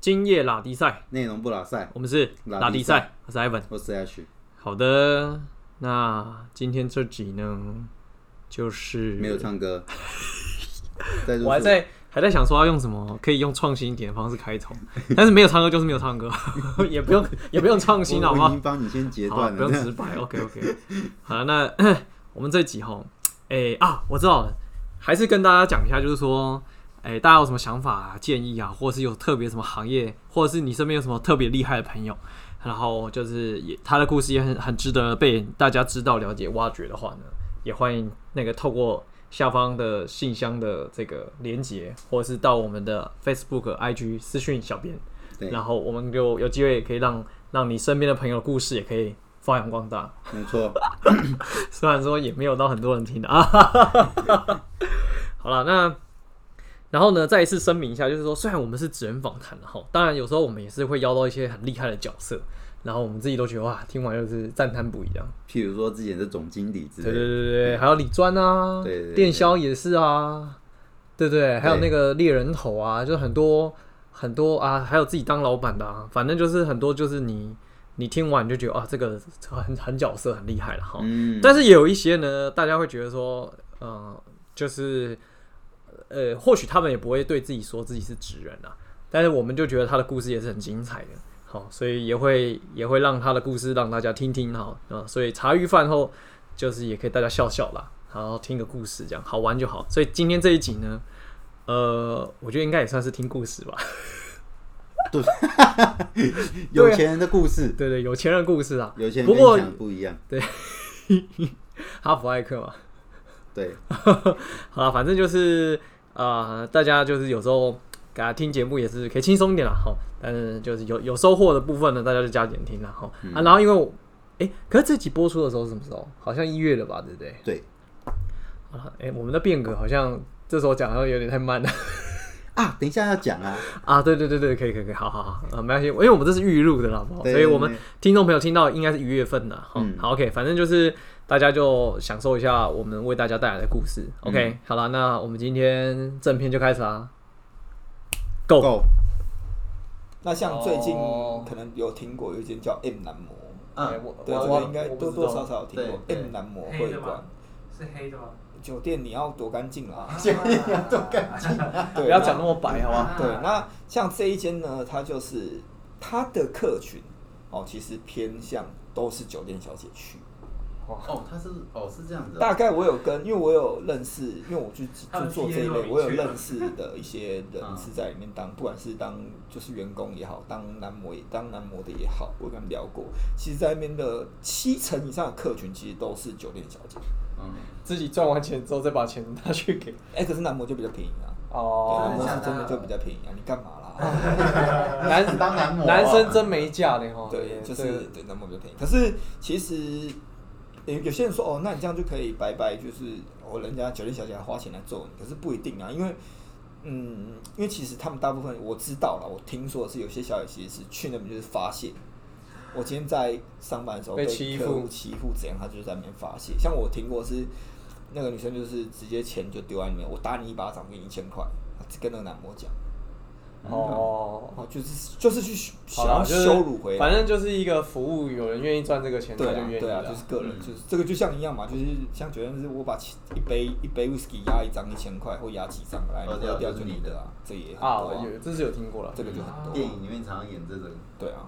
今夜拉迪赛，内容不拉塞，我们是拉拉迪迪赛，我是 Ivan。我是 H，好的，那今天这集呢，就是没有，唱歌。再就是我还在还在想说要用什么可以用创新一点的方式开头，但是没有唱歌就是没有唱歌， 也不用也不用创新，好我不我已好？经帮你先截好啊，断不用了。直白。OK OK，好，那 我们这集哈，哎、啊，我知道了，还是跟大家讲一下，就是说，哎、大家有什么想法、啊、建议啊，或者是有特别什么行业，或者是你身边有什么特别厉害的朋友，然后就是也他的故事也很很值得被大家知道、了解、挖掘的话呢，也欢迎那个透过。下方的信箱的这个连接，或者是到我们的 Facebook、IG 私讯小编，对，然后我们就有机会可以让让你身边的朋友的故事也可以发扬光大， 没错，虽然说也没有到很多人听的 啊。好了，那然后呢，再一次声明一下，就是说，虽然我们是只人访谈，哈，当然有时候我们也是会邀到一些很厉害的角色，然后我们自己都觉得哇，听完又是赞叹不已啊。譬如说之前的总经理之对对类的，对对，还有李专啊，对对对电销也是啊，对不对？还有那个猎人头啊，就是很多很多啊，还有自己当老板的啊，反正就是很多就是你你听完你就觉得啊，这个很很角色很厉害了哈。嗯，但是也有一些呢，大家会觉得说，呃，就是呃，或许他们也不会对自己说自己是纸人啊，但是我们就觉得他的故事也是很精彩的，好，所以也会也会让他的故事让大家听听好啊、所以茶余饭后就是也可以大家笑笑啦，然后听个故事这样好玩就好。所以今天这一集呢，呃，我觉得应该也算是听故事吧，有钱人的故事，对对，有钱人故事啊，有钱人不跟你过想的不一样。哈佛艾克嘛，对， 好了，反正就是呃，大家就是有时候给他听节目也是可以轻松一点啦，哈。但是就是有有收获的部分呢，大家就加减听啦，哈、嗯啊。然后因为我，哎、可是这集播出的时候是什么时候？好像一月了吧，对不对？对啊，哎、我们的变革好像这时候讲好像有点太慢了 啊，等一下要讲啊，啊。对对对对，可以可以可以，好好好，啊，没关系，因为我们这是预录的啦，好不好？对所以我们对听众朋友听到应该是一月份的，哈、嗯好，OK，反正就是大家就享受一下我们为大家带来的故事。OK，、好嗯了，那我们今天正片就开始啦。Go， 够那像最近哦可能有听过有一间叫 M 男模，啊哎我对，我这我个应该我不多知多道少少有听过对 M 男模黑会的吗馆。？是黑的吗？酒店你要多干 净啦，酒哎店要多干净。对，不要那讲那么白，好吧？对，那像这一间呢，它就是它的客群哦，其实偏向都是酒店小姐去。哦，他是哦是这样子大概我有跟，因为我有认识，因为我去他去们做这一 TA 都类，明我有确认识的一些嗯人是在里面当，不管是当就是员工也好，当男模也当男模的也好，我有跟他们聊过。其实，在那边的七成以上的客群其实都是酒店小姐，嗯，自己赚完钱之后再把钱拿去给哎、可是男模就比较便宜啊，哦男模是真的就比较便宜啊，你干嘛 啦？男当男模啊男生真没价的哈。对，就是对男模比较便宜。可是其实有有些人说哦，那你这样就可以白白就是哦，人家酒店小姐还花钱来揍你，可是不一定啊，因为嗯，因为其实他们大部分我知道了，我听说是有些小姐其实是去那边就是发泄。我今天在上班的时候被被欺客户负欺负怎样，他就在那边发泄。像我听过是那个女生就是直接钱就丢在里面，我打你一巴掌，我给你一千块，跟那个男模讲，哦，哦，就是就是去好想啦要就是羞辱回来，反正就是一个服务，有人愿意赚这个钱，他对就啊愿意嗯对啊，啦就是个人，就是这个就像一样嘛，就是像酒店是我把钱一杯一杯 whisky 压一张一千块，或压几张来，哦喝喝掉掉就是就你你的的啊，这也很啊，多我有这是有听过了。这个就很多，电影里面常常演这种，嗯对啊，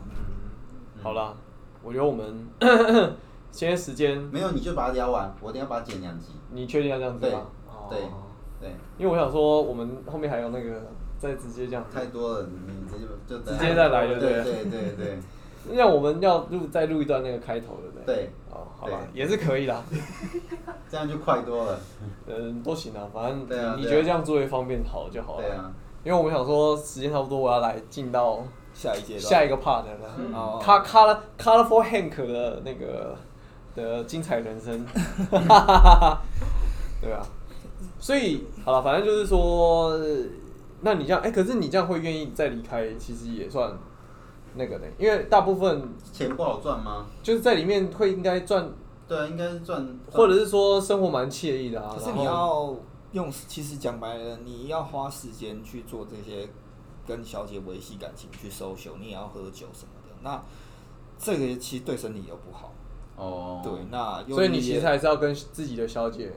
好啦，我觉得我们 现在时间，没有你就把它聊完，我等一下把它剪两集，你确定要这样子对吗？哦对对，因为我想说，我们后面还有那个，再直接这样，太多了，你直接就等下直接再来就对对了对对对那我们要录再录一段那个开头，对不对？对，哦，好吧，也是可以啦。 这样就快多了，嗯，都行啊，反正对啊你对啊觉得这样作业方便好就好了。对啊，因为我们想说时间差不多，我要来进到下一阶段，下一个 part 了。嗯哦他 color colorful Hank 的那个的精彩人生， 对啊。所以好了，反正就是说，那你这样，哎、可是你这样会愿意再离开，其实也算那个的，因为大部分钱不好赚吗？就是在里面会应该赚，对啊，应该是赚，或者是说生活蛮惬意的啊。可是然你后要用，其实讲白了，你要花时间去做这些跟小姐维系感情去 social，你也要喝酒什么的，那这个其实对身体又不好。哦，对，那又所以你其也实还是要跟自己的小姐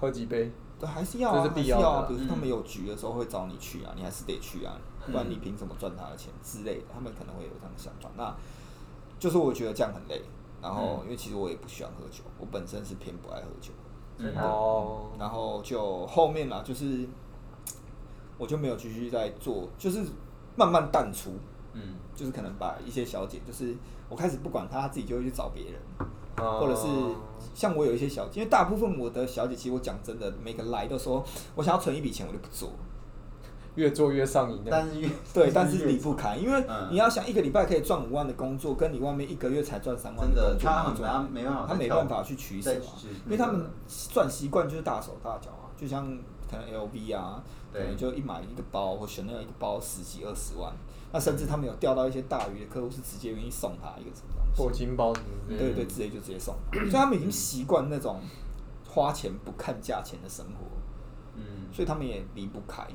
喝几杯。对，还是要、啊，这是必要还是的嗯要啦啊。比如说他们有局的时候会找你去啊，你还是得去啊，不然嗯你凭什么赚他的钱之类的？他们可能会有这样的想法。那就是我觉得这样很累，然后嗯因为其实我也不喜欢喝酒，我本身是偏不爱喝酒，真的哦，然后就后面啦，就是我就没有继续在做，就是慢慢淡出，嗯，就是可能把一些小姐，就是我开始不管她，她自己就会去找别人。哦或者是像我有一些小姐，因为大部分我的小姐，其实我讲真的，每个来都说我想要存一笔钱，我就不做。越做越上瘾的。但是越对，但是离不开，因为嗯你要想一个礼拜可以赚五万的工作，跟你外面一个月才赚三万真的工作，他很他哪有没办法他再没跳办法去取舍再啊去，因为他们赚习惯就是大手大脚啊，就像可能 LV 啊，可对能就一买一个包或选那一个包十几二十万，那甚至他们有钓到一些大鱼的客户是直接愿意送他一个什么东西，破金包什么之类的嗯对对，直接就直接送他，所以他们已经习惯那种花钱不看价钱的生活， 嗯所以他们也离不开。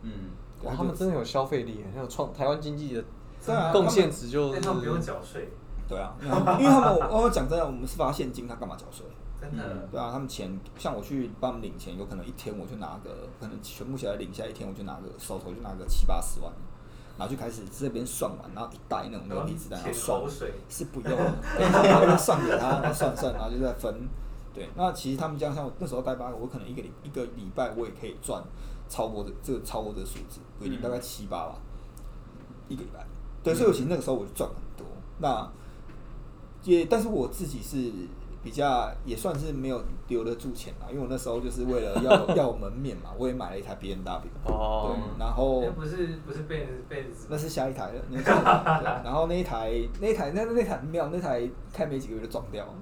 嗯，哇，他们真的有消费力，很有创台湾经济的对啊贡献值就但是哎他们不用缴税，对啊，因为他们因为他们 我我讲真的，我们是发现金，他干嘛缴税？真的。对啊，他们钱像我去帮他们领钱，有可能一天我就拿个，可能全部起来领下来一天我就拿个手头就拿个七八十万，然后就开始这边算完，然后一袋那种牛皮纸袋，然后算然后钱口水是不用，然后就算给他，然后算算，然后就再分。对，那其实他们这样，像我那时候带八个，我可能一个礼一个礼拜我也可以赚超过这这个超过这个数字，不一定嗯大概七八吧，一个礼拜。嗯对，所以我其实那个时候我就赚很多。那也，但是我自己是比较也算是没有留得住钱啦，因为我那时候就是为了要要门面嘛，我也买了一台 B N W。哦对，然后那不是不是被人被子那是下一台了，那是对然后那一台那一台那那台很妙，那台开没几个月就撞掉了。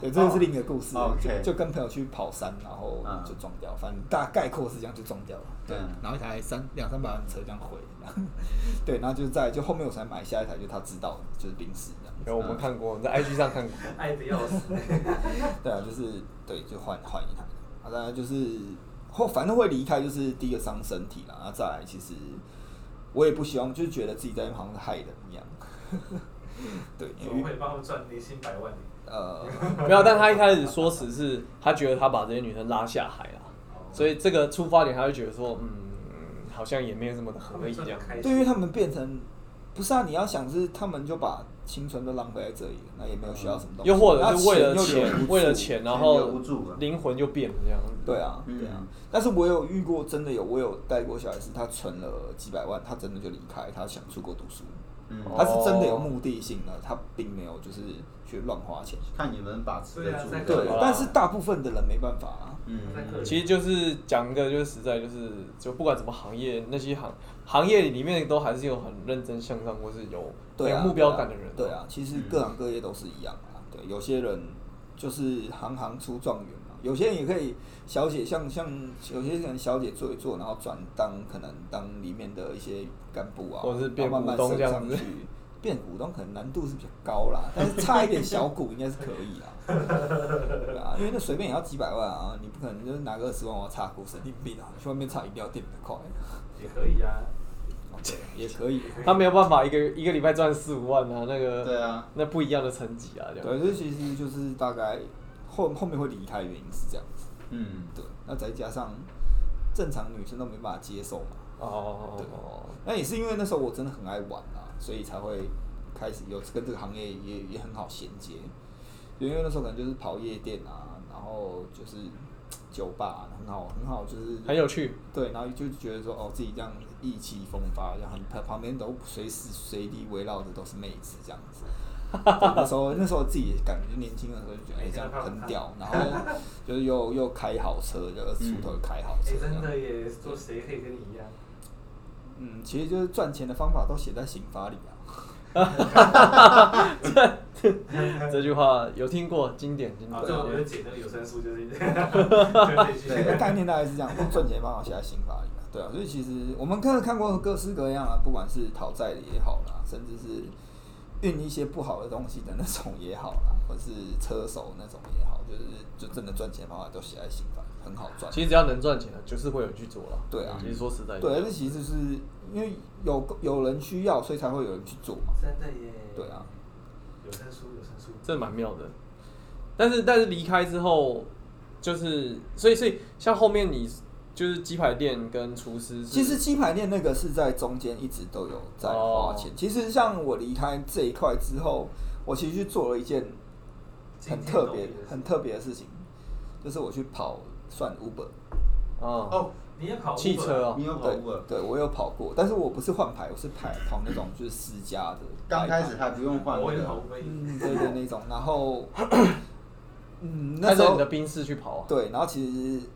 对，这个是另一个故事哦就 OK 就跟朋友去跑山，然后嗯就撞掉，反正大概括是这样就撞掉了。对嗯，然后一台三两三百万的车这样毁，然后对，然后就在就后面我才买下一台，就他知道的就是临时这样。有我们看过，你在 IG 上看过。 爱的要 死， 对啊，就是对，就换换一台。啊，当然就是后反正会离开，就是第一个伤身体啦，啊，再来其实我也不希望，就是觉得自己在那旁边害人一样。 对，怎么会帮他们赚年薪百万？呃，没有，但他一开始说辞是他觉得他把这些女生拉下海了，所以这个出发点他就觉得说，嗯，好像也没有这么的他合们理这赚样的。开对于心，他们变成不是啊，你要想是他们就把青春都浪费在这里了，那也没有学到什么东西，又或者是为了那钱又留不钱，住为了钱，然钱后留不住了灵魂就变了这样子。对啊，嗯对啊。但是我有遇过，真的有，我有带过小孩子，他存了几百万，他真的就离开，他想出国读书。嗯他是真的有目的性的，他并没有就是去乱花钱。看你们把持得住对啊，对好啦，但是大部分的人没办法啊。在嗯，客人其实就是讲一个，就是实在就是，就不管什么行业，那些行行业里面都还是有很认真向上，或是有很对有啊，目标感的人。嗯对啊，其实各行各业都是一样啊。对，有些人就是行行出状元嘛，有些人也可以小姐，像像有些人小姐做一做，然后转当可能当里面的一些干部啊，或者是变然后慢慢股东升这样上子去。变股东可能难度是比较高啦，但是差一点小股应该是可以啦。对啊，因为那随便也要几百万啊，你不可能就是拿个二十万我要差股神经病啊，去外面差饮料店比较快。哦也可以啊。对，也可以。啊他没有办法一个一个礼拜赚四五万啊，那个对啊，那不一样的层级啊，这样。对，这其实就是大概后后面会离开的原因是这样子。嗯，对，那再加上正常女生都没办法接受嘛。哦对，那也是因为那时候我真的很爱玩啊，所以才会开始有跟这个行业也也很好衔接。因为那时候可能就是跑夜店啊，然后就是酒吧、啊很好很好，就是很有趣。 对，然后就觉得说哦，自己这样意气风发，然后旁旁边都随时随地围绕着都是妹子这样子。对那时候那时候自己也感觉年轻的时候就觉得哎、这样很屌，然后就是又又开好车，就二十出头就开好哎车，这真样。的耶，做谁可以跟你一样？嗯，其实就是赚钱的方法都写在刑法里啊。这句话有听过，经典经典啊，。这我就解那个有声书，就是这样就对，这那一句。啊概念大概是这样，赚钱的方法写在刑法里啊。对啊，所以其实我们看看过各式各样啊，不管是讨债的也好啦，甚至是运一些不好的东西的那种也好啦， 或是车手那种也好，就是就真的赚钱的方法都写在心法，很好赚。其实只要能赚钱的，就是会有人去做了。对啊其实说实在的，对，那其实就是因为有有人需要，所以才会有人去做嘛。 真的耶。对啊，有声书，有声书。这蛮妙的。但是但是离开之后，就是所以所以像后面你就是鸡排店跟厨师是，其实鸡排店那个是在中间一直都有在花钱。哦其实像我离开这一块之后，我其实去做了一件很特别、很特别的事情，就是我去跑算 Uber。啊、哦，你也跑汽车哦你有跑对 Uber？对，我有跑过，但是我不是换牌，我是跑跑那种就是私家的。刚开始还不用换我那也跑个， Uber，嗯，对对，那种。然后，嗯，那开时着候你的宾士去跑啊，对，然后其实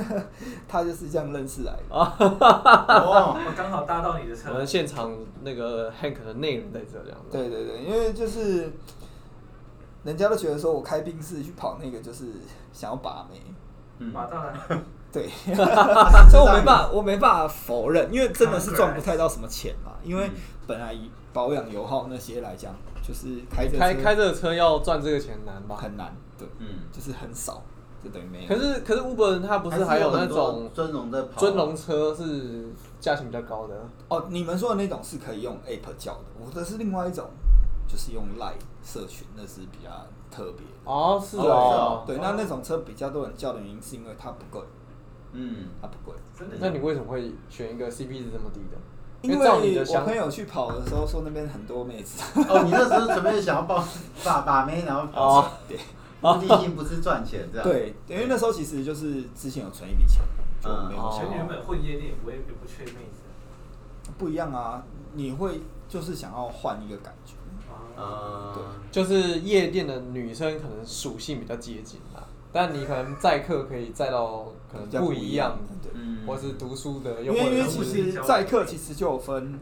他就是这样认识来的。哦， 我刚好搭到你的我车们。现场那个 Hank 的内容在这这样子。对对对，因为就是人家都觉得说我开宾士去跑那个，就是想要把妹。嗯，马到了， 对，所以我没办法，我没办法否认，因为真的是赚不太到什么钱嘛。因为本来以保养油耗那些来讲，就是开着开车开这个车要赚这个钱难吧？很难，对，嗯，就是很少，就等于没有。可是可是 Uber 人他不是还有那很多种尊荣啊在跑，啊尊龙车是价钱比较高的，哦，你们说的那种是可以用 App 叫的，我的是另外一种，就是用 Line 社群，那是比较特别的。哦，是哦哦啊对，那那种车比较多人叫的原因是因为它不贵，嗯，它不贵。真的那你为什么会选一个 CP 值这么低的？因照为你的我想朋友去跑的时候说那边很多 妹子，哦，你那时候准备想要报把把妹，然后跑哦，对目的性不是赚钱这啊样，，对，因为那时候其实就是之前有存一笔钱，就没有哦想前原本混夜店，我也不缺妹子。不一样啊，你会就是想要换一个感觉，啊，啊，就是夜店的女生可能属性比较接近啦，但你可能载客可以载到可能比较不一一样样的，对嗯或是读书的，因又为或因为者其是实载客其实就有分，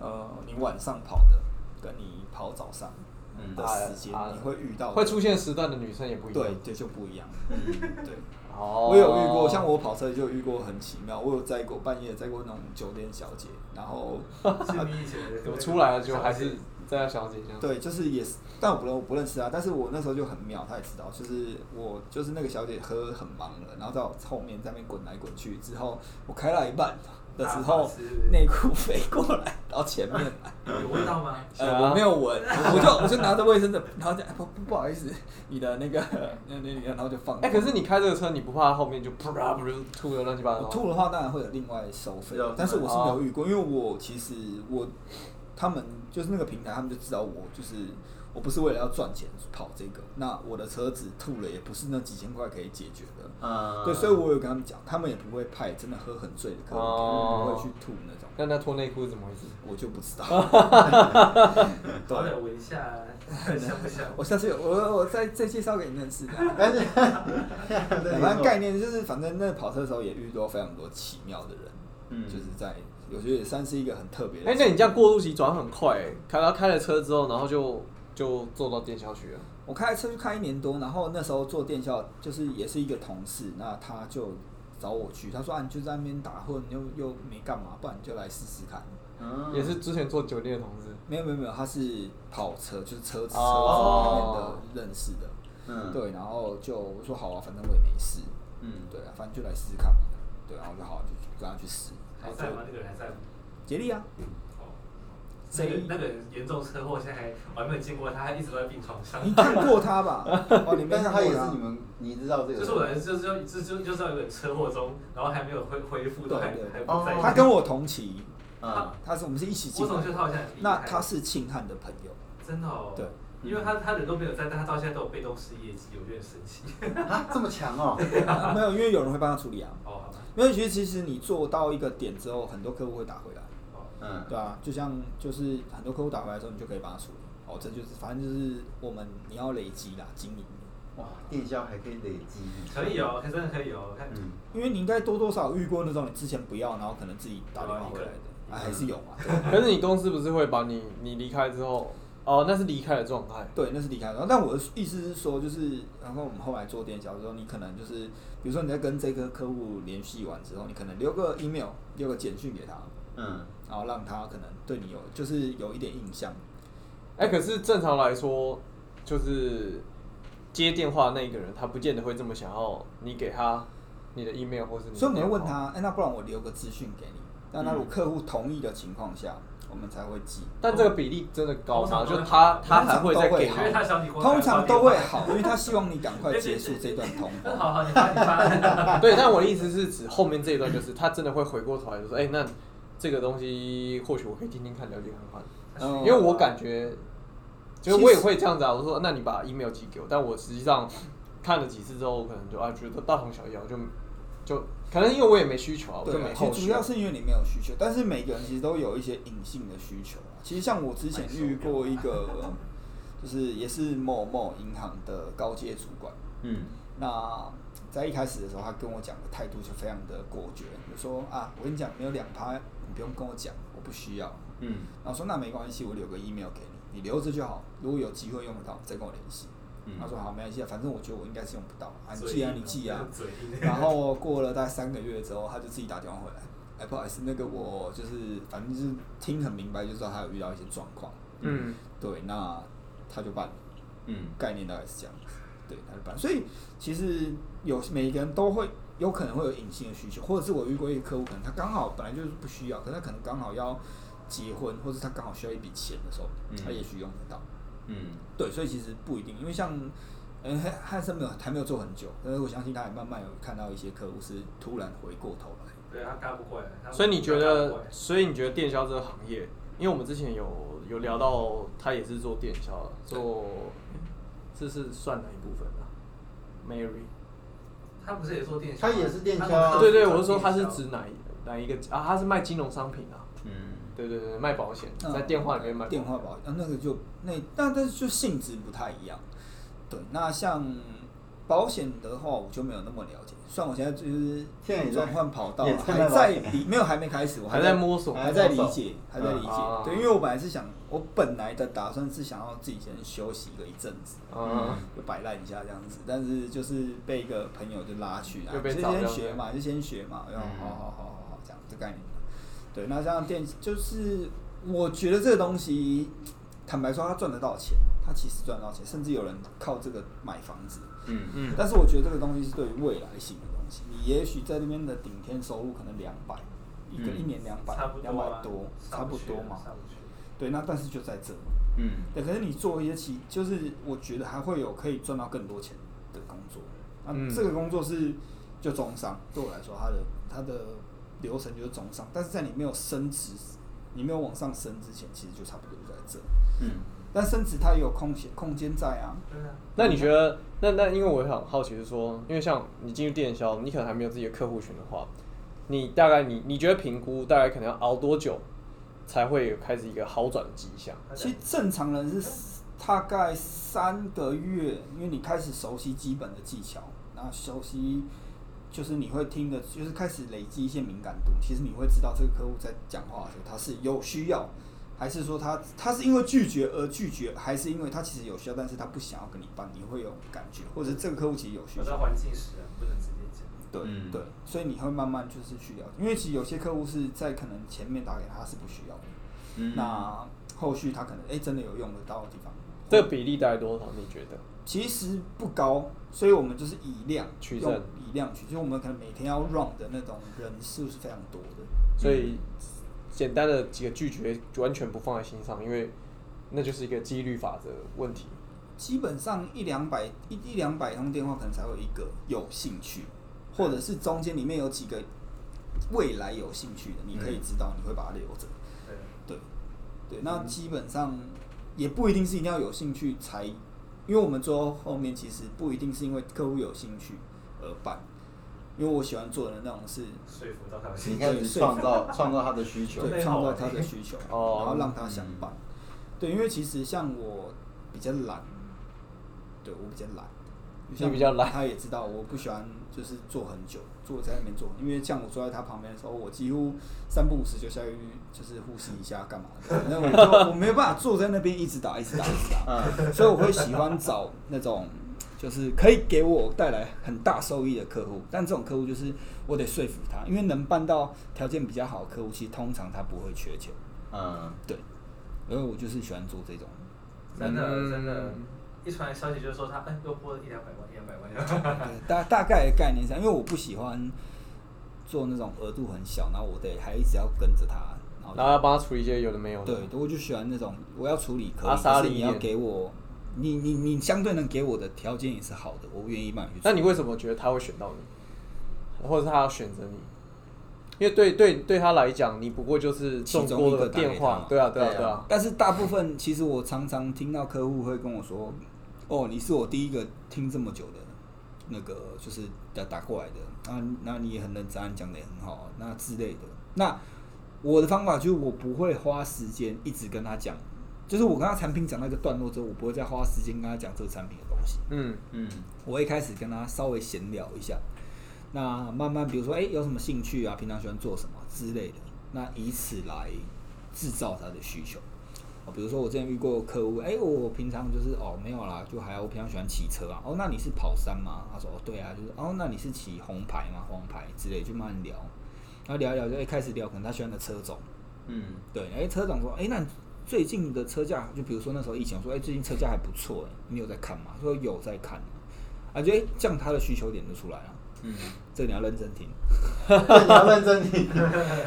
呃，你晚上跑的跟你跑早上嗯的时间啊，你会遇到的会出现时段的女生也不一样。对对就不一样。对，哦，我有遇过，像我跑车就遇过很奇妙，我有载过半夜载过那种酒店小姐，然 后是你 以前的。怎么出来了就还是在那小姐这样。对，就是也是，但我不认我不认识啊。但是我那时候就很妙，他也知道，就是我就是那个小姐喝很忙了，然后在我后面在那边滚来滚去。之后我开到一半的时打候法是不是，内裤飞过来到前 面来，有味道吗？啊呃，我没有闻，我就我就拿着卫生纸，然后就哎不不不好意思，你的那个那那那，然后就放。哎、可是你开这个车，你不怕后面就噗啦噗啦吐的乱七八我糟？吐的话，当然会有另外收费要另外，但是我是没有遇过，因为我其实我他们就是那个平台，他们就知道我就是我不是为了要赚钱跑这个，那我的车子吐了也不是那几千块可以解决的，呃，对，所以我有跟他们讲，他们也不会派真的喝很醉的客人，哦不会去吐那种，那那脱内裤是怎么回事？我就不知道。好 对歹，闻一下， 看香 不香？我下次有我我再再介绍给你认识的。但是，反正概念就是，反正那跑车的时候也遇到非常多奇妙的人，嗯就是在我觉得也算是一个很特别的。哎、那你这样过渡期转很快、欸，开到开了车之后，然后就就坐到电销去了。我开车去开一年多，然后那时候做电销，就是也是一个同事，那他就找我去，他说啊，你就在那边打混，又又没干嘛，不然你就来试试看。嗯也是之前做酒店的同事。没有没有没有，他是跑车，就是车子车子哦里面的认识的，嗯，对，然后就我说好啊，反正我也没事，嗯，对啊，反正就来试试看嘛，对，然后就好啊就跟他去试，然还后在吗？就那个人还在吗？杰力啊，哦，那个那个人严重车祸，现在还我还没有见过他，他一直都在病 床上。你看过他 吧？哦，你没但是看他也过是你们，你知道这个，就是我人就是就就就在有点车祸中，然后还没有恢恢复，都还对对还不在意。哦他跟我同期，嗯，他是我们是一起进我来的，总觉得他好像很厉害。那他是庆汉的朋友。 真的哦。对。因为他他人都没有在，但他到现在都有被动式业绩，我觉得很神奇。 啊，这么强哦，啊没有，因为有人会帮他处理啊。哦，好吧。因为其实其实你做到一个点之后，很多客户会打回来，哦，嗯，对啊，就像就是很多客户打回来的时候，你就可以帮他处理。哦，这就是反正就是我们你要累积啦，经营，哇，电销还可以累积，可以哦，可以真的可以哦。看，嗯，因为你应该多多少少遇过那种你之前不要，然后可能自己打电话回来哦的，啊、还是有嘛。对可是你公司不是会把你你离开之后，哦，那是离开的状态。对，那是离开。然后，但我的意思是说，就是然后我们后来做电销的时候，你可能就是，比如说你在跟这个客户联系完之后，你可能留个 email，留个简讯给他，嗯，然后让他可能对你有就是有一点印象，哎、可是正常来说，就是接电话那个人，他不见得会这么想要你给他你的 email 或是你。所以我们会问，他，哦哎、那不然我留个资讯给你。那那嗯如果客户同意的情况下，我们才会寄。但这个比例真的高吗？通常都就会他他还通常都再会给好因为他想你通常都会好，因为他希望你赶快结 束这段通那话。嗯好好，你发你发。 对，但我的意思是指后面这一段，就是他真的会回过头来就说：“哎、那这个东西或许我可以听听看，了解看看。”嗯因为我感觉，就是我也会这样子啊。我说：“那你把 email 寄给我。”但我实际上看了几次之后，我可能就啊觉得大同小异啊，我就就可能因为我也没需求啊，我就没对，其后实续。主要是因为你没有需求，但是每个人其实都有一些隐性的需求啊。其实像我之前遇过一个，就是也是某某银行的高阶主管，嗯，那在一开始的时候，他跟我讲的态度就非常的果决，就说啊，我跟你讲，没有两趴，你不用跟我讲，我不需要。嗯，然后说那没关系，我留个 email 给你，你留着就好。如果有机会用得到，再跟我联系。嗯他说好，没关系，啊反正我觉得我应该是用不到，啊，你嘴寄啊，硬你寄啊。嘴硬然后过了大概三个月之后，他就自己打电话回来，哎，不好意思，那个我就是反正就是听很明白，就知道他有遇到一些状况。嗯，对，那他就办了。嗯，概念大概是这样子，对，他就办。所以其实有每个人都会有可能会有隐性的需求，或者是我遇过一个客户，可能他刚好本来就是不需要，可他可能刚好要结婚，或者他刚好需要一笔钱的时候嗯，他也许用得到。嗯，对，所以其实不一定，因为像。嗯，汉汉森没有还没有做很久，但是我相信他也慢慢有看到一些客户是突然回过头来。对他干不过来。他所以你觉干不过得来，所以你觉得电销这个行业，因为我们之前有有聊到，他也是做电销的，做这是算哪一部分啊？Mary，他不是也做电销他吗？也是电销他啊们对对，我是说他是电销指哪一哪一个啊？他是卖金融商品啊，嗯，对对对，卖保险，嗯在电话里面卖电话保保险，啊那个就那那但是就性质不太一样。对，那像保险的话，我就没有那么了解。算我现在就是现在也在转换跑道也了，在卖还保在险理没有还没开始，我还在在摸索还在理摸索解，还在理解嗯。对，因为我本来是想，我本来的打算是想要自己先休息个一阵子。险啊，就摆烂一下这样子，但是就是被一个朋友就拉去啊，就被就找这先样子学嘛，就先学嘛，然后嗯好好好好好这样这概念。对，那这样电就是我觉得这个东西，坦白说，他赚得到钱，他其实赚得到钱，甚至有人靠这个买房子。嗯，嗯，但是我觉得这个东西是对于未来性的东西，你也许在那边的顶天收入可能两百，一个嗯一年两百差不，两多百啊多，差不多嘛。上不去对，那但是就在这嘛。嗯，对，可是你做一些其，就是我觉得还会有可以赚到更多钱的工作。那、嗯这个工作是就中商，对我来说，它的它的流程就是中商，但是在你没有升职，你没有往上升之前，其实就差不多就在这。嗯，但升职它也有空闲空间在啊。对啊，那你觉得，那那因为我很好奇是说，因为像你进入电销，你可能还没有自己的客户群的话，你大概你你觉得评估大概可能要熬多久才会有开始一个好转的迹象？其实正常人是大概三个月，因为你开始熟悉基本的技巧，那熟悉就是你会听的，就是开始累积一些敏感度。其实你会知道这个客户在讲话的时候，他是有需要，还是说他他是因为拒绝而拒绝，还是因为他其实有需要，但是他不想要跟你办，你会有感觉，或者这个客户其实有需我在要。环境使然，不能直接讲。对、嗯对，所以你会慢慢就是去了解，因为其实有些客户是在可能前面打给他是不需要的，嗯，那后续他可能哎、真的有用得到的地方，这个比例大概多少？你觉得？其实不高，所以我们就是以量取用胜以量取，就我们可能每天要 run 的那种人数是非常多的。所以嗯简单的几个拒绝完全不放在心上，因为那就是一个几率法则问题。基本上一两百一一两百通电话可能才会有一个有兴趣，或者是中间里面有几个未来有兴趣的，你可以知道你会把它留着。对，对对，那基本上也不一定是一定要有兴趣才，因为我们做到后面其实不一定是因为客户有兴趣而办，因为我喜欢做的那种是说服到他们。你心看里。创造创造他的需求对，内创耗造啊他的需求，然哦后让他想办。对，因为其实像我比较懒，对我比较懒，你像比较懒他也知道我不喜欢就是坐很久，坐在那边坐，因为像我坐在他旁边的时候，我几乎三不五时就下去就是呼吸一下干嘛的，那我就我没有办法坐在那边一直打一直打一直嗯打，所以我会喜欢找那种。就是可以给我带来很大收益的客户，但这种客户就是我得说服他，因为能办到条件比较好的客户，其实通常他不会缺钱。嗯，对，因为我就是喜欢做这种真的真的嗯，一传来消息就说他哎又拨了一两百万，一两百 万。对大大概的概念上，因为我不喜欢做那种额度很小，然后我得还一直要跟着他，然后就然后要帮他处理一些有的没有的。对，我就喜欢那种我要处理可以，阿莎但是莉你要耶给我，你你你相对能给我的条件也是好的，我愿意帮你去处那理。你为什么觉得他会选到你，或者是他要选择你？因为对对对他来讲，你不过就是其中中一过个的打给电他嘛话，对啊对啊对对啊。但是大部分其实我常常听到客户会跟我说：“哦，你是我第一个听这么久的，那个就是打打过来的，那那你也很认真，你讲的也很好，那之类的。”那我的方法就是我不会花时间一直跟他讲，就是我跟他产品讲那个段落之后，我不会再花时间跟他讲这个产品的东西。嗯，嗯，我一开始跟他稍微闲聊一下，那慢慢比如说，哎、有什么兴趣啊？平常喜欢做什么之类的，那以此来制造他的需求。哦，比如说我之前遇过客户，哎、我平常就是哦没有啦，就还好我平常喜欢骑车啊。哦，那你是跑山吗？他说哦对啊，就是哦那你是骑红牌吗？黄牌之类，就慢慢聊，然后聊一聊就哎、开始聊，可能他喜欢的车种，嗯，对，哎、车长说，哎、那你最近的车价，就比如说那时候疫情，我说，哎、最近车价还不错，哎，你有在看吗？他说有在看，啊，觉得、哎这样他的需求点就出来了，嗯，这你要认真听，你要认真听。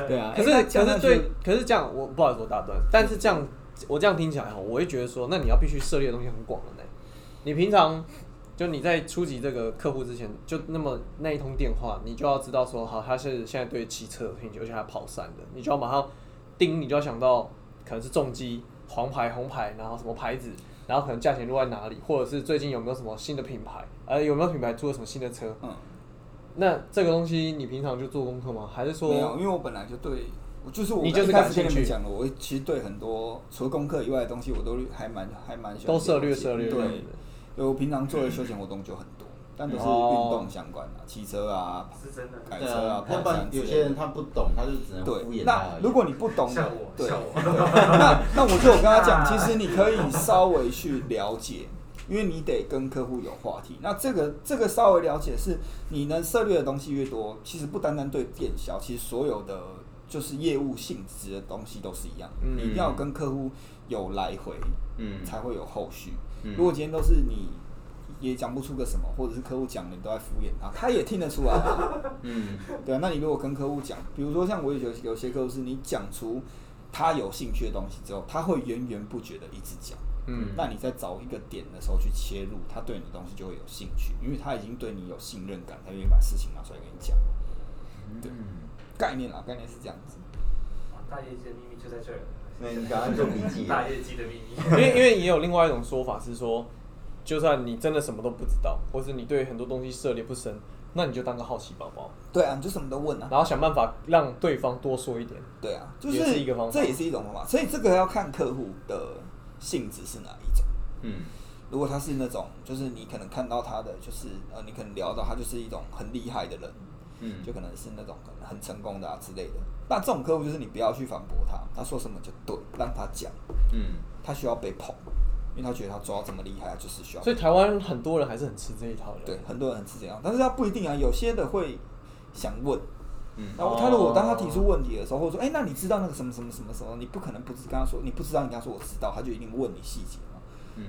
对啊，可是、哎那这可是样他需对求，可是这样我不好意思我打断，但是这样我这样听起来哈，我会觉得说，那你要必须涉猎的东西很广了呢。你平常就你在初级这个客户之前，就那么那一通电话，你就要知道说，好，他是现在对骑车有兴趣，而且他跑山的，你就要马上盯，你就要想到可能是重机、黄牌、红牌，然后什么牌子，然后可能价钱落在哪里，或者是最近有没有什么新的品牌，呃，有没有品牌出了什么新的车？嗯，那这个东西你平常就做功课吗？还是说哦没有，因为我本来就对。我就是我，你就是一开感始跟你兴们趣讲的，我其实对很多除了功课以外的东西，我都还蛮还蛮喜欢都涉了略解涉略这样对子，对我平常做的休闲活动就很多，但都是运哦动相关的，骑车啊，是真的很改对车啊啊，，跑要不山然之有类些的人他不懂，他就只能敷对，衍他那而已。如果你不懂像的，我对，像我对 那那我就有跟 他讲，其实你可以稍微去了解，因为你得跟客户有话题。那这个这个稍微了解是，你能涉猎的东西越多，其实不单单对电销，其实所有的就是业务性质的东西都是一样的，嗯你一定要跟客户有来回，嗯才会有后续。嗯如果今天都是你。也讲不出个什么，或者是客户讲的你都在敷衍他，他也听得出来、啊。嗯对啊，那你如果跟客户讲，比如说像我有有有些客户是你讲出他有兴趣的东西之后，他会源源不绝的一直讲。嗯，那你在找一个点的时候去切入，他对你的东西就会有兴趣，因为他已经对你有信任感，他愿意把事情拿出来跟你讲。对嗯，概念啦，概念是这样子。大业绩的秘密就在这那儿。你赶快做笔记。 大业绩的秘密。 因为因为也有另外一种说法是说，就算你真的什么都不知道，或是你对很多东西涉猎不深，那你就当个好奇宝宝，对啊，你就什么都问啊。然后想办法让对方多说一点。对啊，就也是一个方法这也是一种方法。所以这个要看客户的性质是哪一种。嗯如果他是那种，就是你可能看到他的，就是呃，你可能聊到他就是一种很厉害的人，嗯，就可能是那种可能很成功的啊之类的。那这种客户就是你不要去反驳他，他说什么就对，让他讲，嗯他需要被捧，因为他觉得他抓这么厉害，他就是需要所。以台湾很多人还是很吃这一套的。对，，很多人是这样，但是他不一定啊，有些的会想问。嗯然后他如果当他提出问题的时候，或者说，哎、那你知道那个什么什么什么什么？你不可能不知跟他说，你不知道，你跟他说我知道，他就一定问你细节嘛。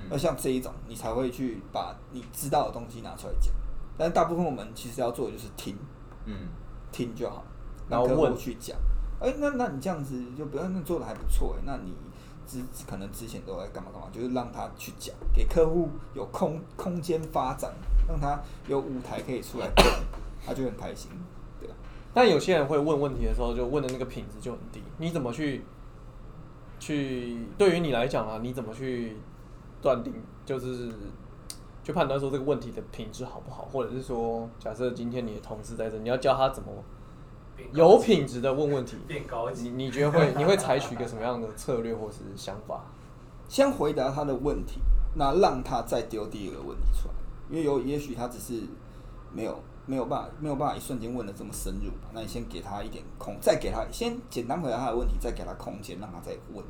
那嗯像这一种，你才会去把你知道的东西拿出来讲。但是大部分我们其实要做的就是听，嗯听就好，然让后客户问去讲。哎、那那你这样子就不要，那做的还不错哎、那你之可能之前都在干嘛干嘛，就是让他去讲，给客户有空空间发展，让他有舞台可以出来动，他就很开心，对啊但有些人会问问题的时候，就问的那个品质就很低。你怎么去去对于你来讲啊？你怎么去断定就是去判断说这个问题的品质好不好，或者是说，假设今天你的同事在这，你要教他怎么 有品质的问问题，变高级你你觉得会你会采取一个什么样的策略或是想法？先回答他的问题，那让他再丢第二个问题出来，因为有也许他只是没有没有办法没有办法一瞬间问的这么深入嘛，那你先给他一点空，再给他先简单回答他的问题，再给他空间让他再问，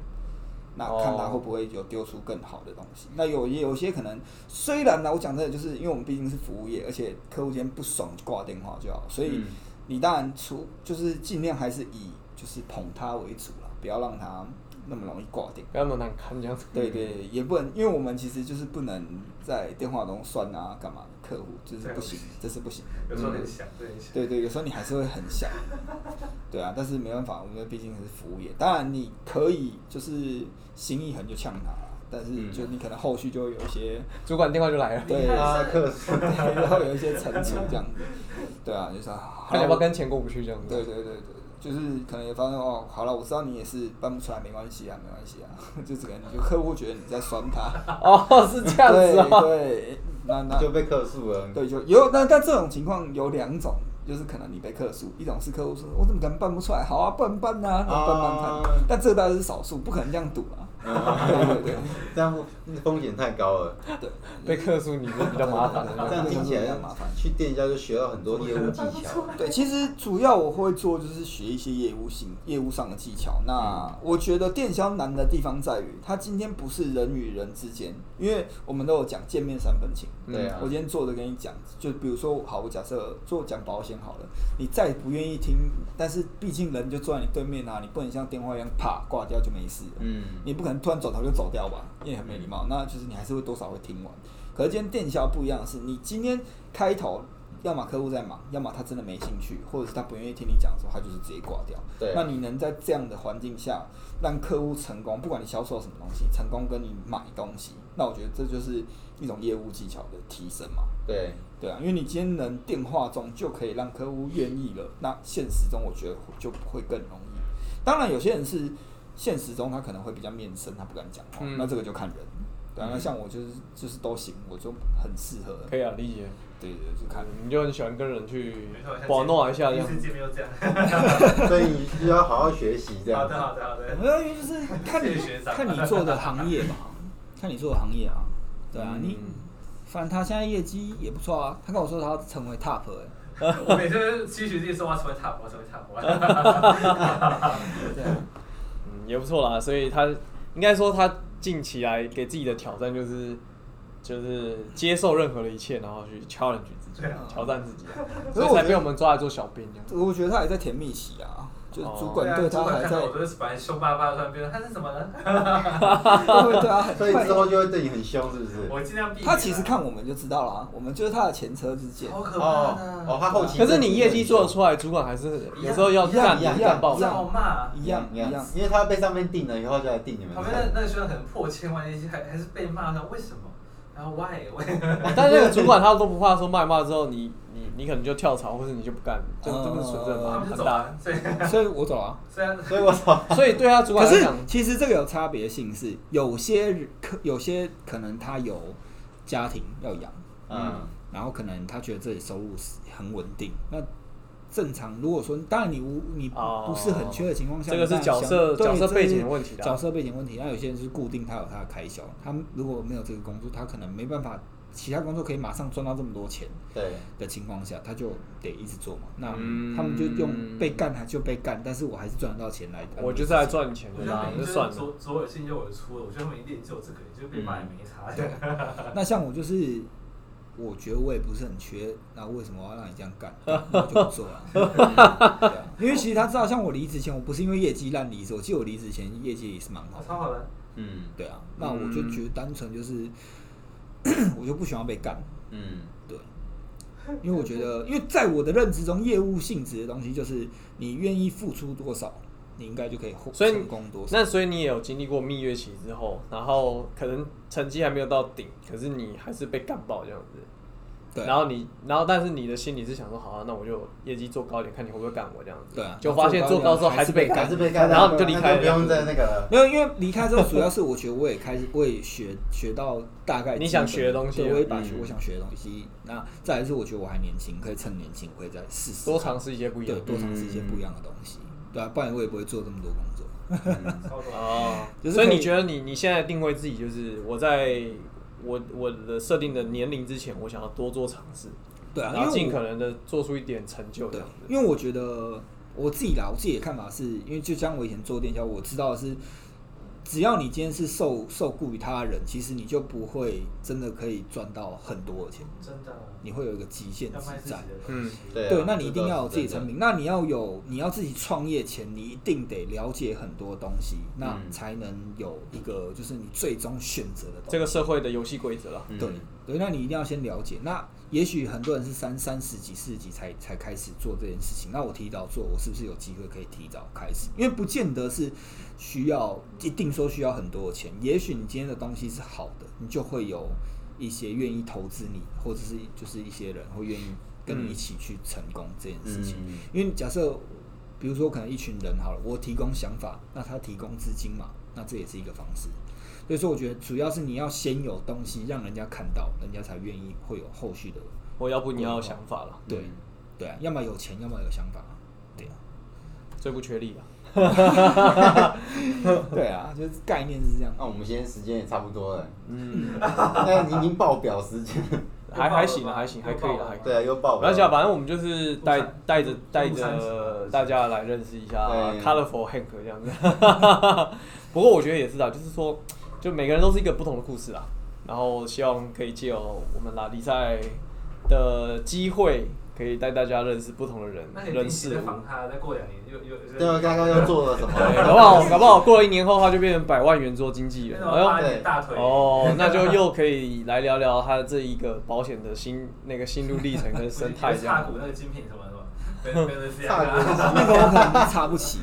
那看他哦会不会有丢出更好的东西。那有也有些可能，虽然呢，我讲真的，就是因为我们毕竟是服务业，而且客户间不爽就挂电话就好，所以嗯你当然出就是尽量还是以就是捧他为主啦，不要让他那么容易挂掉。不要那么难看这样子。对对，也不能，因为我们其实就是不能在电话中酸啊，干嘛的客户就是不行，这是不行。嗯有时候很想，对，很想。对对，有时候你还是会很想， 对啊，但是没办法，我们毕竟是服务业。当然你可以就是心意很就呛他啦，但嗯是就你可能后续就会有一些 主管电话就来了，对啊，克数。对，然后有一些惩处这样子，对啊，就是啊看你要不要跟钱过不去这样子。对对对对，就是可能也发现哦，好了，我知道你也是办不出来，没关系啊，没关系啊， 就只能就客户觉得你在酸他，哦， 是这样子对哦。对，那那嗯就被克数了。啊对就有，但但这种情况有两种，就是可能你被客诉，一种是客户说我怎么可能办不出来，好啊，办办啊，那办办看，啊但这当然是少数，不可能这样赌啊，对对对这样风险太高了，对。被克诉你就比较麻烦了。这样听起来比较麻烦去店家就学到很多业务技巧。对，其实主要我会做就是学一些业务性、业务上的技巧。嗯那我觉得电销难的地方在于，它今天不是人与人之间，因为我们都有讲见面三分情。对啊我今天做的跟你讲，就比如说，好，我假设做讲保险好了，你再不愿意听，但是毕竟人就坐在你对面啊，你不能像电话一样啪挂掉就没事了。嗯，你不可能突然转头就走掉吧，也很没礼貌。那就是你还是会多少会听完。可是今天电销不一样的是，你今天开头，要么客户在忙，要么他真的没兴趣，或者是他不愿意听你讲的时候，他就是直接挂掉。对啊那你能在这样的环境下让客户成功，不管你销售什么东西，成功跟你买东西，那我觉得这就是一种业务技巧的提升嘛。对，对啊，因为你今天能电话中就可以让客户愿意了，那现实中我觉得就会更容易。当然，有些人是现实中他可能会比较面生，他不敢讲话，嗯那这个就看人。对啊，那像我就是就是都行，我就很适合。可以啊，理解。对对对，就看你就很喜欢跟人去没错，像玩弄一下这第一样。次见面就 这样。所以你就要好好学习这好样。的，好的，好的。 没有，呃因为就是看你谢谢学长看你做的行业吧，看你做的行业啊。对啊，你嗯反正他现在业绩也不错啊，他跟我说他要成为 top 哎、我每次吸取自己说话成为 top，我成为 top。 对啊，嗯，也不错啦。所以他应该说他近期来给自己的挑战就是就是接受任何的一切，然后去 challenge 自己对啊，挑战自己，可所是以我才觉被得我们抓来做小兵这样。我觉得他也在甜蜜期啊，就是哦主对管啊，对主他管还看在到我都是本来凶巴巴的，突然变成他是什么呢？会不会对他很所以快之后就会对你很凶，是不是？我尽量避免啊。他其实看我们就知道了啊，我们就是他的前车之鉴。好可怕啊哦呢。哦，他后期可是你业绩做得出来，主管还是有时候要一样干一样干一爆这样样炸。好骂。一样一一样样，，因为他被上面定了以后就来定你们。旁边那那个学长可能破千万业绩，还还是被骂，那为什么？然后 why why？但是那个主管他都不怕说骂一骂之后你你你可能就跳槽或者你就不干，就哦真的存在他嘛们就很走大。了，所以所以我走了啊。虽然所以我操，所以对他主管可来是讲，其实这个有差别性是，有些人可有些可能他有家庭要养，嗯，然后可能他觉得这里收入是很稳定，那。正常，如果说当然你无你不哦不是很缺的情况下，这个是你当然角色想对角色这背是景的问题啦角色背景问题，那有些人是固定他有他的开销，他如果没有这个工作，他可能没办法，其他工作可以马上赚到这么多钱，对，的情况下，他就得一直做嘛。那嗯他们就用被干，啊还就被干，但是我还是赚得到钱来。我就是来赚钱我的觉得啦，每就就算是了。左左耳进右耳出了，我觉得他们一定就有这个，就被骂也没差。 那像我就是，我觉得我也不是很缺，那为什么我要让你这样干？那我就不做了。对啊因为其实他知道，像我离职前，我不是因为业绩烂离职，我记得我离职前业绩也是蛮好我的。哦超好的，嗯对啊，那我就觉得单纯就是， 我就不喜欢被干。嗯，对，因为我觉得，因为在我的认知中，业务性质的东西就是你愿意付出多少，你应该就可以获所以你成功多少。那所以你也有经历过蜜月期之后，然后可能成绩还没有到顶，可是你还是被干爆这样子。对啊然后你，然后但是你的心里是想说，好啊，那我就业绩做高一点，看你会不会干我这样子。对啊就发现做高之后还是被干，还是被干，然后你就离开那不用了。再那个了。没有，因为离开之后，主要是我觉得我也开始，我也学学到大概 你想基学本的东西对啊我也把学嗯我想学的东西。那再来是，我觉得我还年轻，可以趁年轻，我也再试试多尝试一些不一样嗯对的。多尝试一些不一样的东西，对啊，不然我也不会做这么多工作。 超多。哦，就是所以可以你觉得你你现在定位自己就是我在我我的设定的年龄之前，我想要多做尝试，对啊，然因为后我尽可能的做出一点成就这对样子，。因为我觉得我自己啦，我自己的看法是，因为就像我以前做电销，我知道的是只要你今天是受受雇于他人，其实你就不会真的可以赚到很多的钱，真的你会有一个极限要值卖自己在。的嗯东西，对啊对，那你一定这倒要有是自己真的产品，那你要有你要自己创业前，你一定得了解很多东西，那嗯才能有一个就是你最终选择的东西。这个社会的游戏规则了。嗯对对，那你一定要先了解。那也许很多人是三三十几、四十几才才开始做这件事情，那我提早做，我是不是有机会可以提早开始？因为不见得是需要一定说需要很多的钱，也许你今天的东西是好的，你就会有一些愿意投资你，或者是就是一些人会愿意跟你一起去成功这件事情。嗯因为假设，比如说可能一群人好了，我提供想法，那他提供资金嘛，那这也是一个方式。所以说，我觉得主要是你要先有东西让人家看到，人家才愿意会有后续的。或要不你要有想法了，对，对啊，要么有钱，要么有想法，对啊，最不缺力了。嗯 对啊，就是概念是这样。那我们今天时间也差不多了，嗯， 那已经爆表时间了，还还行啊，还行，又还可以爆啊，了还可以。对啊，又爆不要表，讲，反正我们就是带不带着带不三着十大家来认识一下对 Colorful Hank 这样子。 不过我觉得也是啊，就是说，就每个人都是一个不同的故事啊。然后希望可以借由我们拉力赛的机会，可以带大家认识不同的人那你人临时事在物。访他，再过两年又又对啊，刚刚又做了什对么？搞不 好搞不好过了一年后，他就变成百万圆桌经纪人。哎呦，八年大腿哦，那就又可以来聊聊他这一个保险的心那个心路历程跟生 态这差样股。那个精品什么什么，没没 人这样差股啊。那个我可能差不 起，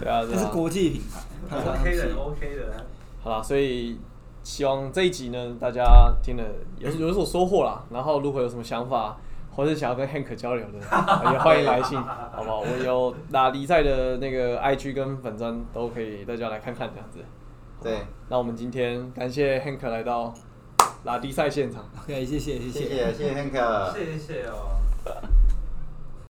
对啊，它对是啊。国际品牌，它是 OK 的 LG OK 的，好啦，所以希望这一集呢，大家听了有有所收获啦。然后如果有什么想法，或是想要跟 Hank 交流的， 也欢迎来信，好不好？我有打离赛的那个 IG 跟粉砖都可以，大家来看看这样子。对，那我们今天感谢 Hank 来到拉迪赛现场。 OK，谢谢谢谢谢谢谢 Hank，谢谢哦。